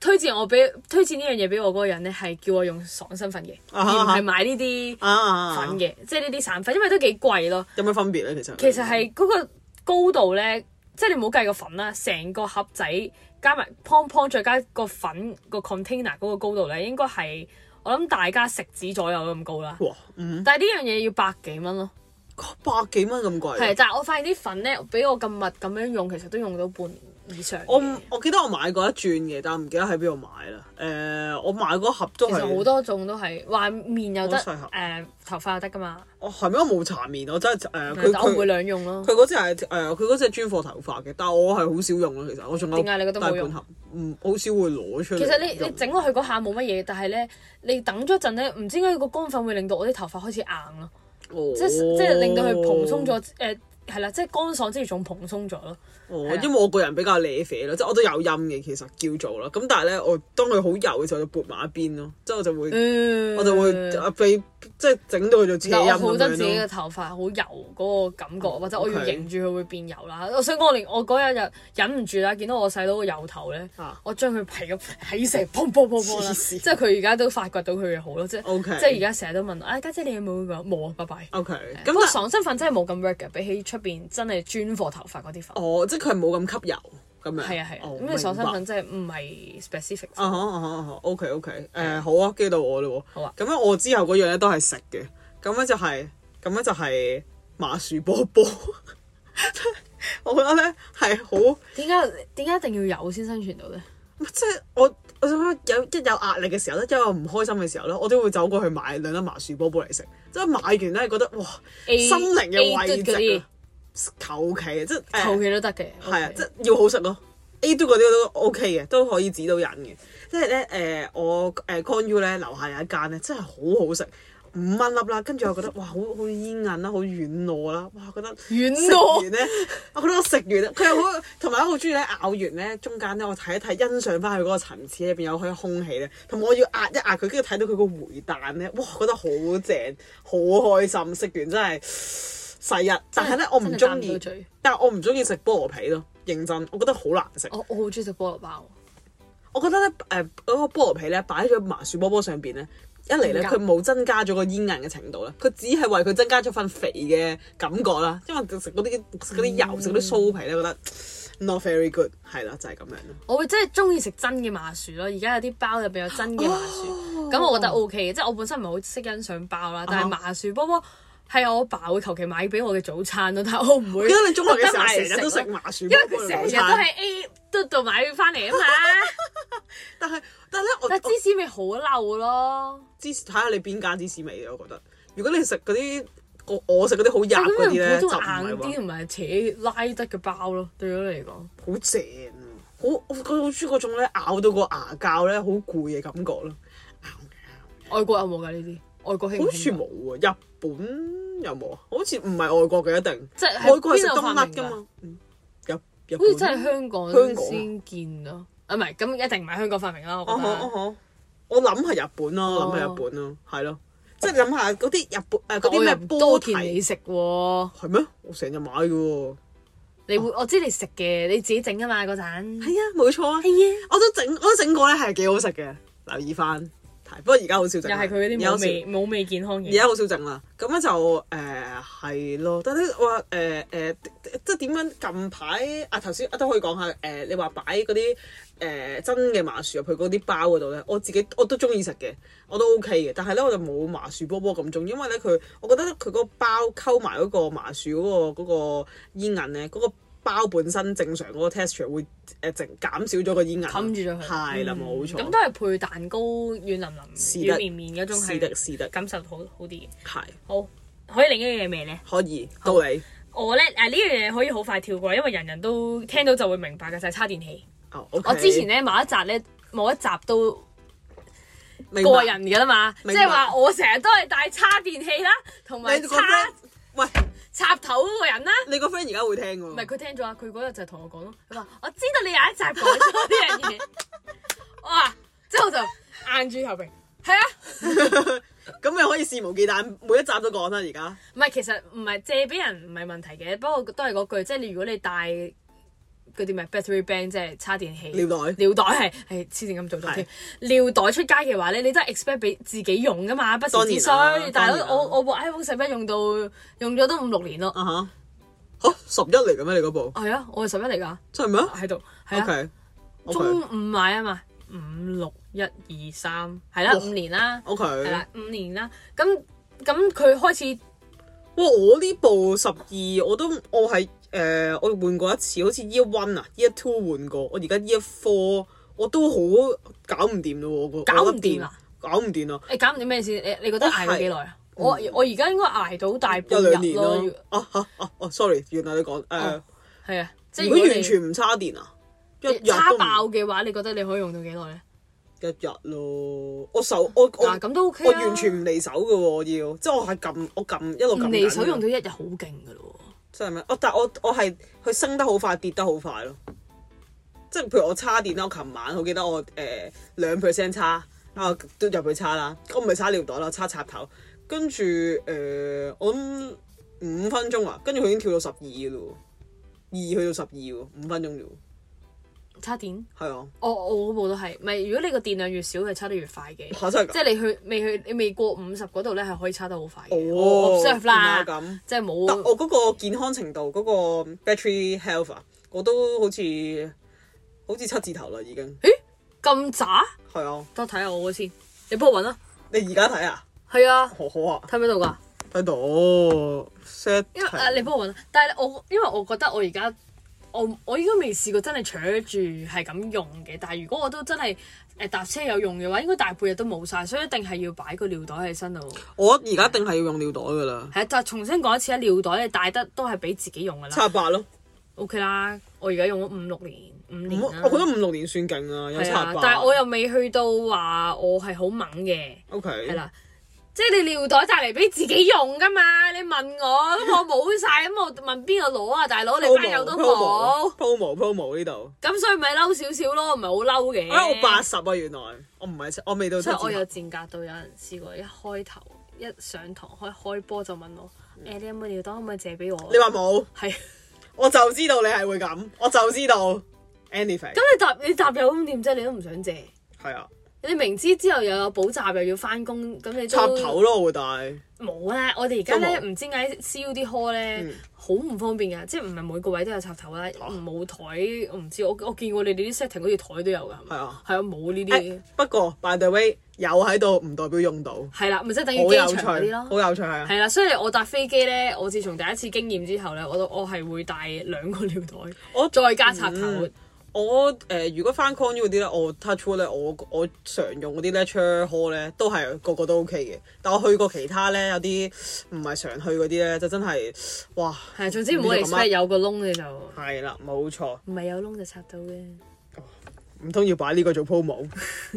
Speaker 3: 推薦我俾推薦呢樣嘢俾我嗰個人咧，係叫我用爽身粉嘅，
Speaker 1: 啊
Speaker 3: 而唔係買呢啲
Speaker 1: 啊啊啊
Speaker 3: 粉嘅，即係呢啲散粉，因為都幾貴咯。
Speaker 1: 有咩分別咧？其實
Speaker 3: 其實係嗰個高度咧，即係你唔好計個粉啦，成個盒仔加埋 pon pon 再加個粉個 container 嗰個高度咧，應該係我諗大家食指左右咁高啦。
Speaker 1: 哇，嗯，
Speaker 3: 但係呢樣嘢要百幾蚊咯。
Speaker 1: 百幾蚊咁貴啊。
Speaker 3: 係，但係我發現啲粉咧，俾我咁密咁樣用，其實都用到半年以上嘅。
Speaker 1: 我唔我記得我買過一轉嘅，但我唔記得喺邊度買啦。誒、我買嗰盒都
Speaker 3: 其
Speaker 1: 係
Speaker 3: 實好多種都係話面又得，
Speaker 1: 好細盒
Speaker 3: 誒、頭髮又得噶嘛，
Speaker 1: 我哦係咩？我冇搽面，我真係誒佢
Speaker 3: 嗯但我唔會
Speaker 1: 佢
Speaker 3: 兩用咯
Speaker 1: 佢。嗰只係誒佢嗰只係專貨頭髮嘅，但我係好少用咯。其實我仲有
Speaker 3: 點解你覺得
Speaker 1: 大
Speaker 3: 冇
Speaker 1: 半
Speaker 3: 用
Speaker 1: 盒，唔好少會攞出嚟
Speaker 3: 其
Speaker 1: 用。
Speaker 3: 實你你整落去嗰下冇乜嘢，但係咧你等咗一陣咧，唔知點解個乾粉會令到我啲頭髮開始硬咯，
Speaker 1: 哦
Speaker 3: 即係即係令到佢蓬鬆咗，誒係啦，即係乾爽之餘仲蓬鬆咗咯。
Speaker 1: 哦
Speaker 3: 係啊
Speaker 1: 因為我個人比較瀨啡咯，即係我都有陰嘅，其實叫做啦。咁但係咧，我當佢好油嘅時候，我就撥埋一邊咯，即係我就會、
Speaker 3: 嗯，
Speaker 1: 我就會啊被即係整到佢做扯
Speaker 3: 但
Speaker 1: 音
Speaker 3: 我好
Speaker 1: 咁
Speaker 3: 得自己
Speaker 1: 樣
Speaker 3: 嘅
Speaker 1: 咯。嗯
Speaker 3: 頭髮好油嗰個感覺，或者我要
Speaker 1: OK
Speaker 3: 迎住佢會變油啦。我想講，我連我嗰日日忍唔住啦，見到我細佬個油頭咧
Speaker 1: 啊，
Speaker 3: 我將佢皮咁喺成砰砰砰砰啦，
Speaker 1: 黐線
Speaker 3: 即係佢而家都發掘到佢嘅好咯，即係
Speaker 1: OK
Speaker 3: 即係而家成日都問我，啊家姐你有冇㗎？冇啊，拜拜。
Speaker 1: O K，咁
Speaker 3: 咁
Speaker 1: 但
Speaker 3: 個爽身粉真係冇咁 work 嘅，比起出邊真係專貨頭髮嗰啲粉，
Speaker 1: 哦，即係佢係冇咁吸油。咁樣。
Speaker 3: 係啊係啊，
Speaker 1: 哦
Speaker 3: 咁你搜身。
Speaker 1: 明
Speaker 3: 份
Speaker 1: 白
Speaker 3: 真係唔係 specific。
Speaker 1: 啊哈啊哈啊哈，OK OK，誒好啊，激到我嘞喎。
Speaker 3: 好啊
Speaker 1: 咁樣我之後嗰樣咧都係食嘅，咁樣就係，咁樣就係麻薯波波。 我覺得咧係好。
Speaker 3: 點解點解一定要有先生存到咧？
Speaker 1: 即係我我想講有一有壓力嘅時候咧，一有唔開心嘅時候咧，我都會走過去買兩粒麻薯波波嚟食。即係買完咧，覺得哇，
Speaker 3: A-
Speaker 1: 心靈嘅
Speaker 3: A
Speaker 1: 慰
Speaker 3: 嘟嗰
Speaker 1: 藉
Speaker 3: 啲
Speaker 1: 啊，求其即係
Speaker 3: 求
Speaker 1: 誒
Speaker 3: 其都得嘅。
Speaker 1: 係啊
Speaker 3: OK，
Speaker 1: 即係要好食咯。A 嘟嗰啲都 OK 嘅，都可以指到人嘅。即係咧誒，我誒 Con U 咧樓下有一間咧，真係好好食，五蚊粒啦。跟住我覺得哇，好好煙韌啦，好軟糯啦，哇覺得。
Speaker 3: 遠
Speaker 1: 食完
Speaker 3: 到
Speaker 1: 咧，我覺得我食完咧，佢又好，同埋我好中意咧咬完咧，中間咧我睇一睇，欣賞翻佢嗰個層次入邊有佢嘅空氣咧，同埋我要壓一壓佢，跟住睇到佢個回彈咧，哇，覺得好正，好開心，食完真係細日，但係咧我唔中
Speaker 3: 真係彈唔到
Speaker 1: 意，
Speaker 3: 嘴
Speaker 1: 但係我唔中意食菠蘿皮咯，認真，我覺得好難食。
Speaker 3: 我我好中意食菠蘿包，
Speaker 1: 我覺得咧誒嗰個菠蘿皮咧擺咗麻薯波波上邊咧。一嚟咧，
Speaker 3: 唔夾
Speaker 1: 佢冇增加咗個煙韌嘅程度啦，佢只係為佢增加咗份肥嘅感覺啦。因為食嗰啲食嗰啲油，食嗰啲酥皮咧，覺得嗯 not very good，係啦，就係、咁樣啦。
Speaker 3: 我會真係中意食真嘅麻薯咯。而家有啲包入邊有真
Speaker 1: 哦
Speaker 3: 嘅麻薯，咁我覺得 O K 嘅。即係我本身唔係好識欣賞包啦，
Speaker 1: 啊
Speaker 3: 但係麻薯波波係我阿爸會求其買俾我嘅早餐咯，但係我唔會
Speaker 1: 記得你中學嘅時候
Speaker 3: 買嚟
Speaker 1: 成日都食
Speaker 3: 咯
Speaker 1: 麻薯
Speaker 3: 因為
Speaker 1: 波波
Speaker 3: 佢成
Speaker 1: 嚟
Speaker 3: 日
Speaker 1: 午
Speaker 3: 都
Speaker 1: 餐，
Speaker 3: 係 A 嘟度買翻嚟 啊嘛，
Speaker 1: 但係但係咧，我
Speaker 3: 但
Speaker 1: 我
Speaker 3: 芝士味好漏咯，
Speaker 1: 芝士睇下你邊間芝士味嘅，我覺得。如果你食嗰啲我我食嗰啲好
Speaker 3: 但
Speaker 1: 硬嗰
Speaker 3: 咁
Speaker 1: 啲
Speaker 3: 樣
Speaker 1: 咧，
Speaker 3: 普
Speaker 1: 就唔
Speaker 3: 通
Speaker 1: 係
Speaker 3: 硬
Speaker 1: 話
Speaker 3: 啲同埋扯拉得嘅包咯，對我嚟講。
Speaker 1: 好正啊！好我覺得好中意嗰種咧咬到個牙膠咧好攰嘅感覺咯。
Speaker 3: 外國有冇㗎呢啲？外國興唔興㗎
Speaker 1: 好似冇啊喎，日本有冇啊？好似唔係外國嘅一定，
Speaker 3: 即係
Speaker 1: 外國係食
Speaker 3: 邊度
Speaker 1: 冬
Speaker 3: 發
Speaker 1: 甩
Speaker 3: 明
Speaker 1: 㗎嘛。嗯，日日本
Speaker 3: 好似真係香
Speaker 1: 香
Speaker 3: 港哦
Speaker 1: 港啊
Speaker 3: 先見咯。啊，唔係，咁一定唔係香港哦發明啦，我
Speaker 1: 啊
Speaker 3: 覺
Speaker 1: 哈啊
Speaker 3: 得。
Speaker 1: 哈我諗係日本咯，諗係日本咯，係咯，即係諗下嗰啲日本誒呃嗰啲
Speaker 3: 我又
Speaker 1: 咩
Speaker 3: 唔
Speaker 1: 波
Speaker 3: 多
Speaker 1: 提
Speaker 3: 見你食喎，
Speaker 1: 係咩？我成日買嘅喎。
Speaker 3: 你會我知你食嘅，你自己哦整啊嘛嗰陣。
Speaker 1: 係啊，冇錯啊。
Speaker 3: 係
Speaker 1: 我都整，我都整過咧，係幾好食嘅。留意翻，係不過而家好少整
Speaker 3: 又
Speaker 1: 啦。
Speaker 3: 係佢嗰啲
Speaker 1: 而家好
Speaker 3: 冇
Speaker 1: 少
Speaker 3: 味冇味健康
Speaker 1: 而家
Speaker 3: 嘢。
Speaker 1: 好少整啦，咁咧就誒係、咯，但係話誒誒，即係點樣近排啊頭先啊都可以講下誒、你話擺嗰啲誒真嘅麻薯入去嗰啲包嗰度咧，我自己我都中意食嘅，我都 OK 嘅，但係咧我就冇麻薯波波咁中，因為咧佢我覺得佢嗰個包溝埋嗰個麻薯嗰、個嗰、個煙韌咧，嗰、個包本身正常嗰個 texture 會誒整減少咗個煙韌，
Speaker 3: 冚住咗佢嗯
Speaker 1: 係啦冇錯，
Speaker 3: 咁都係配蛋糕軟淋
Speaker 1: 是
Speaker 3: 淋、
Speaker 1: 得
Speaker 3: 軟綿綿嗰種
Speaker 1: 是的
Speaker 3: 係
Speaker 1: 是的，
Speaker 3: 感受好好啲嘅。
Speaker 1: 係
Speaker 3: 好，可以另一樣嘢咩咧？
Speaker 1: 可以到你
Speaker 3: 我咧誒呢樣嘢可以好快跳過，因為人人都聽到就會明白嘅就係叉電器。
Speaker 1: 哦
Speaker 3: 我
Speaker 1: OK
Speaker 3: 之前咧某一集咧某一集都
Speaker 1: 明白
Speaker 3: 個人㗎啦嘛，即
Speaker 1: 明白
Speaker 3: 係話我成日都係帶叉電器啦，同埋
Speaker 1: 你個
Speaker 3: 叉
Speaker 1: friend，喂，
Speaker 3: 插頭嗰個人啦。
Speaker 1: 你個 friend 而家會聽喎。
Speaker 3: 唔係佢聽咗啊，佢嗰日就同我講咯，佢話我知道你有一集講咗呢樣嘢， 哇！之後我就硬住頭皮，係啊，
Speaker 1: 咁你可以肆無忌憚，每一集都講啦。而家啊
Speaker 3: 唔係其實唔係借俾人唔係問題嘅，不過都係嗰句，即係你如果你帶嗰啲咩 battery bank 即係叉電器
Speaker 1: 尿袋
Speaker 3: 尿袋係係黐線咁做咗添，尿袋出街嘅話咧，你都係 expect 俾自己用噶嘛，不時之需
Speaker 1: 當然啦。
Speaker 3: 大
Speaker 1: 當然啦
Speaker 3: 佬，我我部 iPhone 十一用到用咗都五六年咯，
Speaker 1: 啊哈，嚇十一嚟嘅咩？你嗰部
Speaker 3: 係啊，我係十一嚟㗎，
Speaker 1: 真係咩
Speaker 3: 喺度係啊。
Speaker 1: ？OK
Speaker 3: 中
Speaker 1: OK
Speaker 3: 五買啊嘛，五六一二三，係啦，
Speaker 1: 哇
Speaker 3: 五年啦，
Speaker 1: OK，
Speaker 3: 係啦，五年啦，咁咁佢開始
Speaker 1: 哇！我呢部十二我都我係誒，我換過一次，好似 Year One 啊，Year Two 換過，我而家 Year Four 我都好搞唔掂咯，我個
Speaker 3: 搞唔掂啊，
Speaker 1: 我個電搞唔掂啊，
Speaker 3: 你搞唔掂咩事？你你覺得
Speaker 1: 我
Speaker 3: 捱咗幾耐啊？我我而家應該捱到大
Speaker 1: 一
Speaker 3: 半
Speaker 1: 兩
Speaker 3: 日
Speaker 1: 年
Speaker 3: 咯
Speaker 1: 咯，。啊啊啊哦，sorry，原來你講誒
Speaker 3: 哦，係啊，即係
Speaker 1: 如
Speaker 3: 如
Speaker 1: 果
Speaker 3: 果
Speaker 1: 完
Speaker 3: 你
Speaker 1: 全唔插電啊，一日
Speaker 3: 差
Speaker 1: 都唔
Speaker 3: 爆嘅話，你覺得你可以用到幾耐咧？
Speaker 1: 一日咯，我手我我
Speaker 3: 嗱，咁都 OK
Speaker 1: 我
Speaker 3: 啊
Speaker 1: 完全唔啊離手嘅喎，我要即係我係撳我撳一路
Speaker 3: 唔
Speaker 1: 撳緊
Speaker 3: 離手用到一日好勁噶咯
Speaker 1: 真係咩？我但我我係佢升得好快，跌得好快咯。即係譬如我叉電啦，我琴晚我記得我誒兩 percent 叉，啊都入去叉啦，我唔係叉尿袋啦，叉插頭，跟住誒、呃我諗五分鐘啊，跟住佢已經跳到十二嘅咯喎，二去到十二喎，五分鐘啫喎，
Speaker 3: 喎。叉電，
Speaker 1: 係啊，
Speaker 3: 我我嗰部都係，唔係如果你個電量越少，係叉得越快嘅。
Speaker 1: 嚇真係
Speaker 3: 即係你去未去你未過五十嗰度咧，係可以叉得好快
Speaker 1: 哦
Speaker 3: 嘅。我 observe 啦
Speaker 1: 原來係咁，
Speaker 3: 即係冇
Speaker 1: 哦但我嗰個健康程度嗰、個 battery health 啊，我都好似好似七字頭啦已經。
Speaker 3: 咁渣？
Speaker 1: 係啊，
Speaker 3: 等我睇下我嗰先，你幫我揾啦。
Speaker 1: 你而家睇啊？
Speaker 3: 係啊，
Speaker 1: 好好啊，
Speaker 3: 睇唔睇到噶？
Speaker 1: 睇到 set
Speaker 3: 因為啊，你幫我揾啦。但係我因為我覺得我而家我我應該未試過真係扯住係咁用嘅。但係如果我都真係誒搭車有用嘅話，應該大半日都冇晒，所以一定係要擺個尿袋喺身度。
Speaker 1: 我而家一定係要用尿袋噶啦，
Speaker 3: 係啊，就重新講一次啊，尿袋你帶得都係俾自己用噶
Speaker 1: 七
Speaker 3: 啦。
Speaker 1: 十八咯。
Speaker 3: OK 啦，我而家用咗五六年，五年
Speaker 1: 五
Speaker 3: 啦
Speaker 1: 我覺得五六年算勁啊，有七十
Speaker 3: 係啊
Speaker 1: 八。，
Speaker 3: 但係我又未去到話我係好猛嘅。
Speaker 1: O K
Speaker 3: 係啦，即係你尿袋帶嚟俾自己用噶嘛？你問我，咁我冇晒，咁我問邊個攞啊？大佬你班友都冇，
Speaker 1: promo promo 呢度。
Speaker 3: 咁所以咪嬲少少咯，唔係好嬲嘅。
Speaker 1: 啊，我八，十啊，原來我唔係七我未到七
Speaker 3: 所以
Speaker 1: 字
Speaker 3: 我有
Speaker 1: 頭。
Speaker 3: 賤格到有人試過一開頭一上堂開開波就問我，誒、你有冇尿袋可唔可以借俾我？
Speaker 1: 嗯你話冇，
Speaker 3: 係，咁
Speaker 1: 我就知道你係會咁，我就知道 anything
Speaker 3: 你答你答有咁點啫？你都唔想借，
Speaker 1: 係啊，
Speaker 3: 你明知之後又有補習又要翻工，咁你
Speaker 1: 插
Speaker 3: 都
Speaker 1: 頭咯，我會帶。
Speaker 3: 冇啦，我哋而家咧
Speaker 1: 都嗯
Speaker 3: 唔知點解 CUD hall 咧好唔方便㗎，即係唔係每個位都有插頭啦，
Speaker 1: 啊
Speaker 3: 冇台我唔知，我我見過你哋啲 setting 好似台都有㗎，係咪
Speaker 1: 係啊
Speaker 3: 係啊冇呢
Speaker 1: 誒
Speaker 3: 啲，
Speaker 1: 不過 by the way 有喺度唔代表用到，好
Speaker 3: 係啦，咪即係等於
Speaker 1: 有趣，
Speaker 3: 機場嗰
Speaker 1: 好
Speaker 3: 啲咯。
Speaker 1: 有趣係啊！
Speaker 3: 係啦，所以我搭飛機咧，我自從第一次經驗之後咧，我都我係會帶兩個尿袋，
Speaker 1: 我
Speaker 3: 再加插頭，
Speaker 1: 嗯我誒、呃如果翻 con u 嗰啲咧，我 touch wood 咧，我我常用嗰啲 lecture hall 咧，都係個個都 OK 嘅。但我去過其他咧，有啲唔係常去嗰啲咧，就真係哇，
Speaker 3: 係總之唔好
Speaker 1: 呢度咁啊
Speaker 3: expect 有個窿你就唔
Speaker 1: 係啦，冇錯，
Speaker 3: 係有窿就插到嘅。
Speaker 1: 唔通要擺呢個做 promo？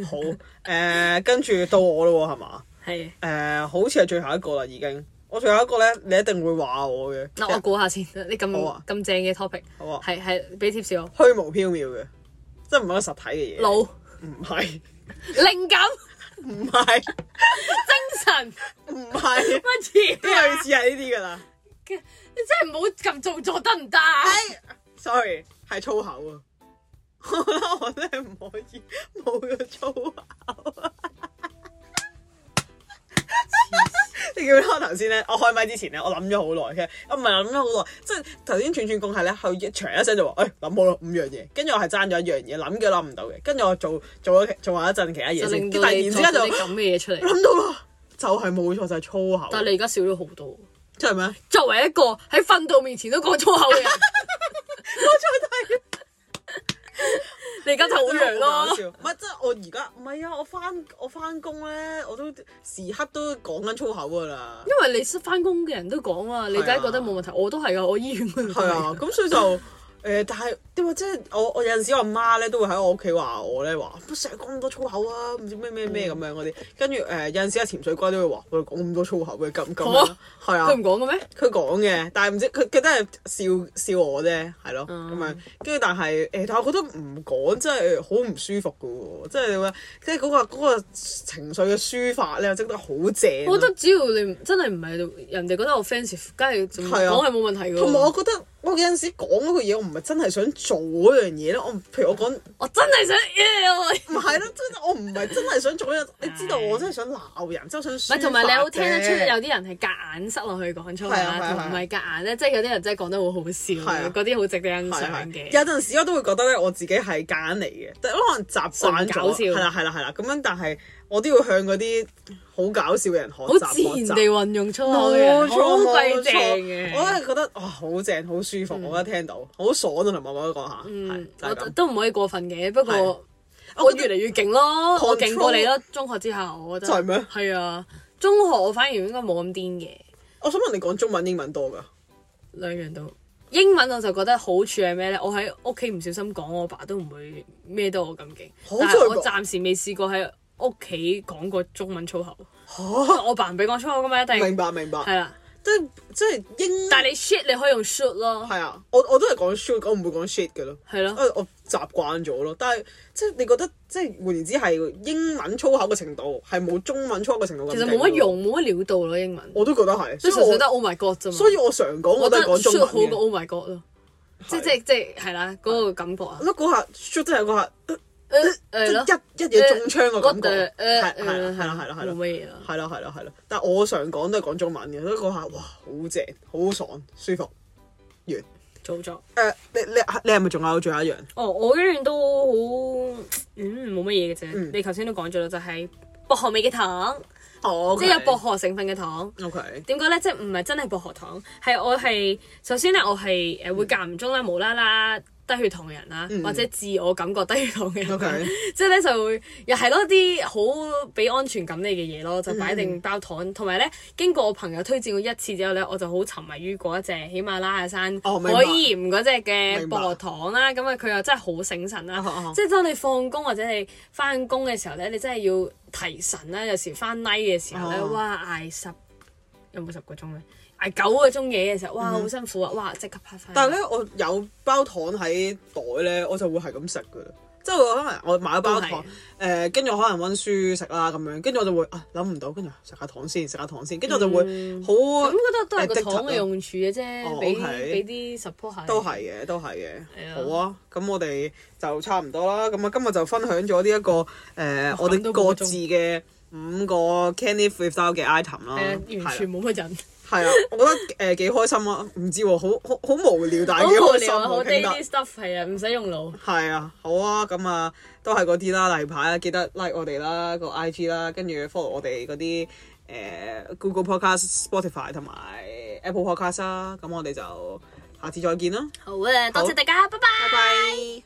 Speaker 1: 好誒、呃跟住到我咯喎，係嘛？
Speaker 3: 係
Speaker 1: 誒、好似係最後一個啦，已經。我最後一個咧，你一定會話我嘅，
Speaker 3: 嗱，我估下先，你咁
Speaker 1: 好啊
Speaker 3: 咁正嘅 topic
Speaker 1: 好啊
Speaker 3: 係係俾 tips 我
Speaker 1: 虛無縹緲嘅，即係唔係一個實體嘅嘢。
Speaker 3: 腦
Speaker 1: 唔係，
Speaker 3: 靈感。
Speaker 1: 唔係，
Speaker 3: 精神
Speaker 1: 唔係，
Speaker 3: 乜
Speaker 1: 都
Speaker 3: 嘢啊？
Speaker 1: 類似係呢啲㗎啦。
Speaker 3: 你真係唔好咁做作得唔得啊？
Speaker 1: 哎 sorry，係粗口啊！ 我覺得我真係唔可以冇咗粗口啊！你記唔記得我頭先咧？我開麥之前咧，我諗咗好耐嘅，我唔係諗咗好耐，即係頭先串串共係咧，佢一長一聲就話：，誒、哎諗好啦，五樣嘢。跟住我係爭咗一樣嘢，諗嘅諗唔到嘅。跟住我做做咗做下一陣其他嘢
Speaker 3: 就
Speaker 1: 先，
Speaker 3: 令
Speaker 1: 突
Speaker 3: 到
Speaker 1: 然
Speaker 3: 你
Speaker 1: 之
Speaker 3: 做
Speaker 1: 間就
Speaker 3: 咗啲咁嘅嘢出 嚟。
Speaker 1: 諗到啦，就係冇錯，就係、粗口。
Speaker 3: 但係你而家少咗好多。
Speaker 1: 真係咩？
Speaker 3: 作為一個喺訓導面前都講粗口 嘅人，你而家就好樣
Speaker 1: 搞
Speaker 3: 咯。
Speaker 1: 笑唔係即係我而家唔係啊！我翻我翻工咧，我都時刻都講緊粗口噶啦。
Speaker 3: 因為你翻工嘅人都講啊，你梗係覺得冇問題，我都係噶，我醫院嗰度都
Speaker 1: 係啊，咁 所以就誒、但係點話即係我我有陣時我媽咧都會喺我屋企話我咧話，都成日講咁多粗口啊，唔知咩咩咩咁樣嗰啲。跟住誒有陣時阿潛水哥都會話，喂講咁多粗口嘅，咁咁
Speaker 3: 哦
Speaker 1: 啊，係啊
Speaker 3: 佢。唔講嘅咩？
Speaker 1: 佢講嘅，但係唔知佢佢都係笑笑我啫，係咯
Speaker 3: 嗯
Speaker 1: 咁樣。跟住但係誒，但係我覺得唔講真係好唔舒服嘅喎，即係你話即係嗰個嗰個情緒嘅抒發咧，即係覺得好正啊。
Speaker 3: 我覺得只要你真係唔係人哋覺得 offensive，梗係仲
Speaker 1: 係啊
Speaker 3: 講係冇問題
Speaker 1: 同埋我
Speaker 3: 嘅。
Speaker 1: 覺得我有陣時講嗰個嘢，我唔係真係想做嗰樣嘢咧。我唔譬如我講唔
Speaker 3: 我真係想，Yeah，
Speaker 1: 係咯，真係我唔係真係想做嗰樣，你知道我真係想鬧人，即係想抒
Speaker 3: 唔
Speaker 1: 發
Speaker 3: 係，同埋你好聽得出
Speaker 1: 啫
Speaker 3: 有啲人係夾硬塞落去講粗口
Speaker 1: 係啊
Speaker 3: 啦，
Speaker 1: 係啊
Speaker 3: 同埋唔係夾硬咧，即係有啲人真係講得好好笑
Speaker 1: 係啊
Speaker 3: 嘅，嗰啲好值得欣
Speaker 1: 係啊
Speaker 3: 賞
Speaker 1: 係有
Speaker 3: 嘅。
Speaker 1: 陣時我都會覺得咧，我自己係揀嚟嘅，但係可能習慣
Speaker 3: 純搞笑
Speaker 1: 咗，係啦係啦係啦，咁樣但係我都要向嗰啲好搞笑嘅人學
Speaker 3: 好
Speaker 1: 習
Speaker 3: 自然
Speaker 1: 學
Speaker 3: 地
Speaker 1: 習。
Speaker 3: 運用粗口
Speaker 1: 冇
Speaker 3: 嘅人，
Speaker 1: 錯
Speaker 3: 好鬼
Speaker 1: 冇
Speaker 3: 正
Speaker 1: 錯，我
Speaker 3: 嘅。
Speaker 1: 係覺得哇好正好舒服，我覺得聽到好爽啊！同埋我都講下，係
Speaker 3: 嗯
Speaker 1: 就
Speaker 3: 我
Speaker 1: 係咁。
Speaker 3: 都唔可以過分嘅，不過
Speaker 1: 係
Speaker 3: 我越嚟越勁咯，我
Speaker 1: Control-
Speaker 3: 勁過你咯。中學之後，我覺得
Speaker 1: 真係咩
Speaker 3: 係啊，中學我反而應該冇咁癲嘅，
Speaker 1: 我想問你講中文英文多㗎？
Speaker 3: 兩樣都。英文我就覺得好處係咩咧？我喺屋企唔小心講，我爸都唔會咩都我咁勁。
Speaker 1: 好
Speaker 3: 但
Speaker 1: 在
Speaker 3: 係我
Speaker 1: 噃
Speaker 3: 暫時未試過喺屋企講過中文粗口。
Speaker 1: 嚇，
Speaker 3: 我爸唔俾講粗口噶嘛，一定
Speaker 1: 明白明
Speaker 3: 係
Speaker 1: 白，
Speaker 3: 啦。
Speaker 1: 即係即係英
Speaker 3: 但係你 shit 你可以用 shoot 咯，
Speaker 1: 係啊，我我都係講 shit，我唔會講 shit 嘅咯。
Speaker 3: 係咯。
Speaker 1: 我我習慣咗咯，但係即係你覺得即係換言之係英文粗口嘅程度係冇中文粗口嘅程度咁
Speaker 3: 其
Speaker 1: 勁
Speaker 3: 實
Speaker 1: 咯
Speaker 3: 冇乜，用，冇乜料到咯英文，
Speaker 1: 我都覺得係，
Speaker 3: 即
Speaker 1: 所
Speaker 3: 係
Speaker 1: 以
Speaker 3: 純粹得
Speaker 1: 我
Speaker 3: Oh my God 啫嘛。
Speaker 1: 所以我常講
Speaker 3: 我
Speaker 1: 我
Speaker 3: 覺
Speaker 1: 都
Speaker 3: 得
Speaker 1: 係講中
Speaker 3: shoot 好
Speaker 1: 文嘅。
Speaker 3: 過 Oh my God 咯，即
Speaker 1: 係
Speaker 3: 即即係啦嗰個感覺啊
Speaker 1: 我，覺得嗰下 shoot 真係嗰下，
Speaker 3: 誒係咯，
Speaker 1: 即一一嘢中槍嘅感覺，
Speaker 3: 誒
Speaker 1: 係
Speaker 3: 誒
Speaker 1: 係啦係啦係啦係
Speaker 3: 呃冇
Speaker 1: 啦。
Speaker 3: 乜嘢啊啦。
Speaker 1: 係啦，係啦，係啦，但係我常講都係講中文嘅，所以嗰下哇好正，好爽，舒服，完。
Speaker 3: 早咗。
Speaker 1: 誒你你你係咪仲有仲有一樣？
Speaker 3: 哦，我嗰樣都好，嗯，冇乜嘢嘅啫。你頭先都講咗啦，就係、薄荷味嘅糖，
Speaker 1: 哦
Speaker 3: 即係有薄荷成分嘅糖。
Speaker 1: O K，
Speaker 3: 點講咧？即係唔係真係薄荷糖，係我係首先咧，我係誒會間唔中咧無啦啦低血糖嘅人啦，或者自我感覺低血糖嘅人
Speaker 1: 嗯
Speaker 3: 啦
Speaker 1: OK
Speaker 3: 即係咧就會又係咯啲好俾安全感你嘅嘢咯，
Speaker 1: 嗯
Speaker 3: 就擺定包糖，同埋咧經過我朋友推薦過一次之後咧，我就好沉迷於嗰一隻喜馬拉雅山海
Speaker 1: 哦明白
Speaker 3: 鹽嗰只嘅
Speaker 1: 明白
Speaker 3: 薄荷糖啦，咁啊佢又真係好醒神啦
Speaker 1: 啊哈啊哈，
Speaker 3: 即係當你放工或者你翻工嘅時候咧，你真係要提神啦，有時翻 night 嘅時候咧，
Speaker 1: 哦
Speaker 3: 哇捱十〜有冇十個鐘咧？捱九個鐘嘢嘅時候，哇，好辛苦啊！哇，即刻拍翻。
Speaker 1: 嗯但係咧，我有包糖喺袋咧，我就會係咁食噶啦。即係我可能我買咗包糖
Speaker 3: 都，
Speaker 1: 誒跟住我可能温書食啦咁樣，跟住我就會啊諗唔到，跟住食下糖先，食下糖先，跟住我就會
Speaker 3: 嗯咁
Speaker 1: 好
Speaker 3: 覺得都係個
Speaker 1: 誒的啊
Speaker 3: 糖嘅用處嘅啫，
Speaker 1: 哦
Speaker 3: 俾
Speaker 1: OK
Speaker 3: 俾啲 support 下你。
Speaker 1: 都係嘅，都係嘅
Speaker 3: 係啊。
Speaker 1: 好啊，咁我哋就差唔多啦。咁啊，今日就分享咗呢一個誒、呃我哋
Speaker 3: 都半個鐘
Speaker 1: 各自嘅五個 Candy Freestyle 嘅 item 啦。
Speaker 3: 係啊，完
Speaker 1: 嗯係啦
Speaker 3: 全冇乜人，
Speaker 1: 係啊，我覺得誒幾、開心啊！唔知喎，好好好無聊，但
Speaker 3: 好
Speaker 1: 係幾
Speaker 3: 無
Speaker 1: 開哎心
Speaker 3: 聊啊！好
Speaker 1: 喎，傾
Speaker 3: daily
Speaker 1: 得。
Speaker 3: stuff 係啊，唔使用腦。
Speaker 1: 係啊，好啊，咁啊，都係嗰啲啦，例牌啊，記得 like 我哋啦，個 IG 啦，跟住 follow 我哋嗰啲誒 Google Podcast、Spotify 同埋 Apple Podcast 啦，咁我哋就下次再見啦，
Speaker 3: 好啊，多謝大家，拜拜。
Speaker 1: 拜拜。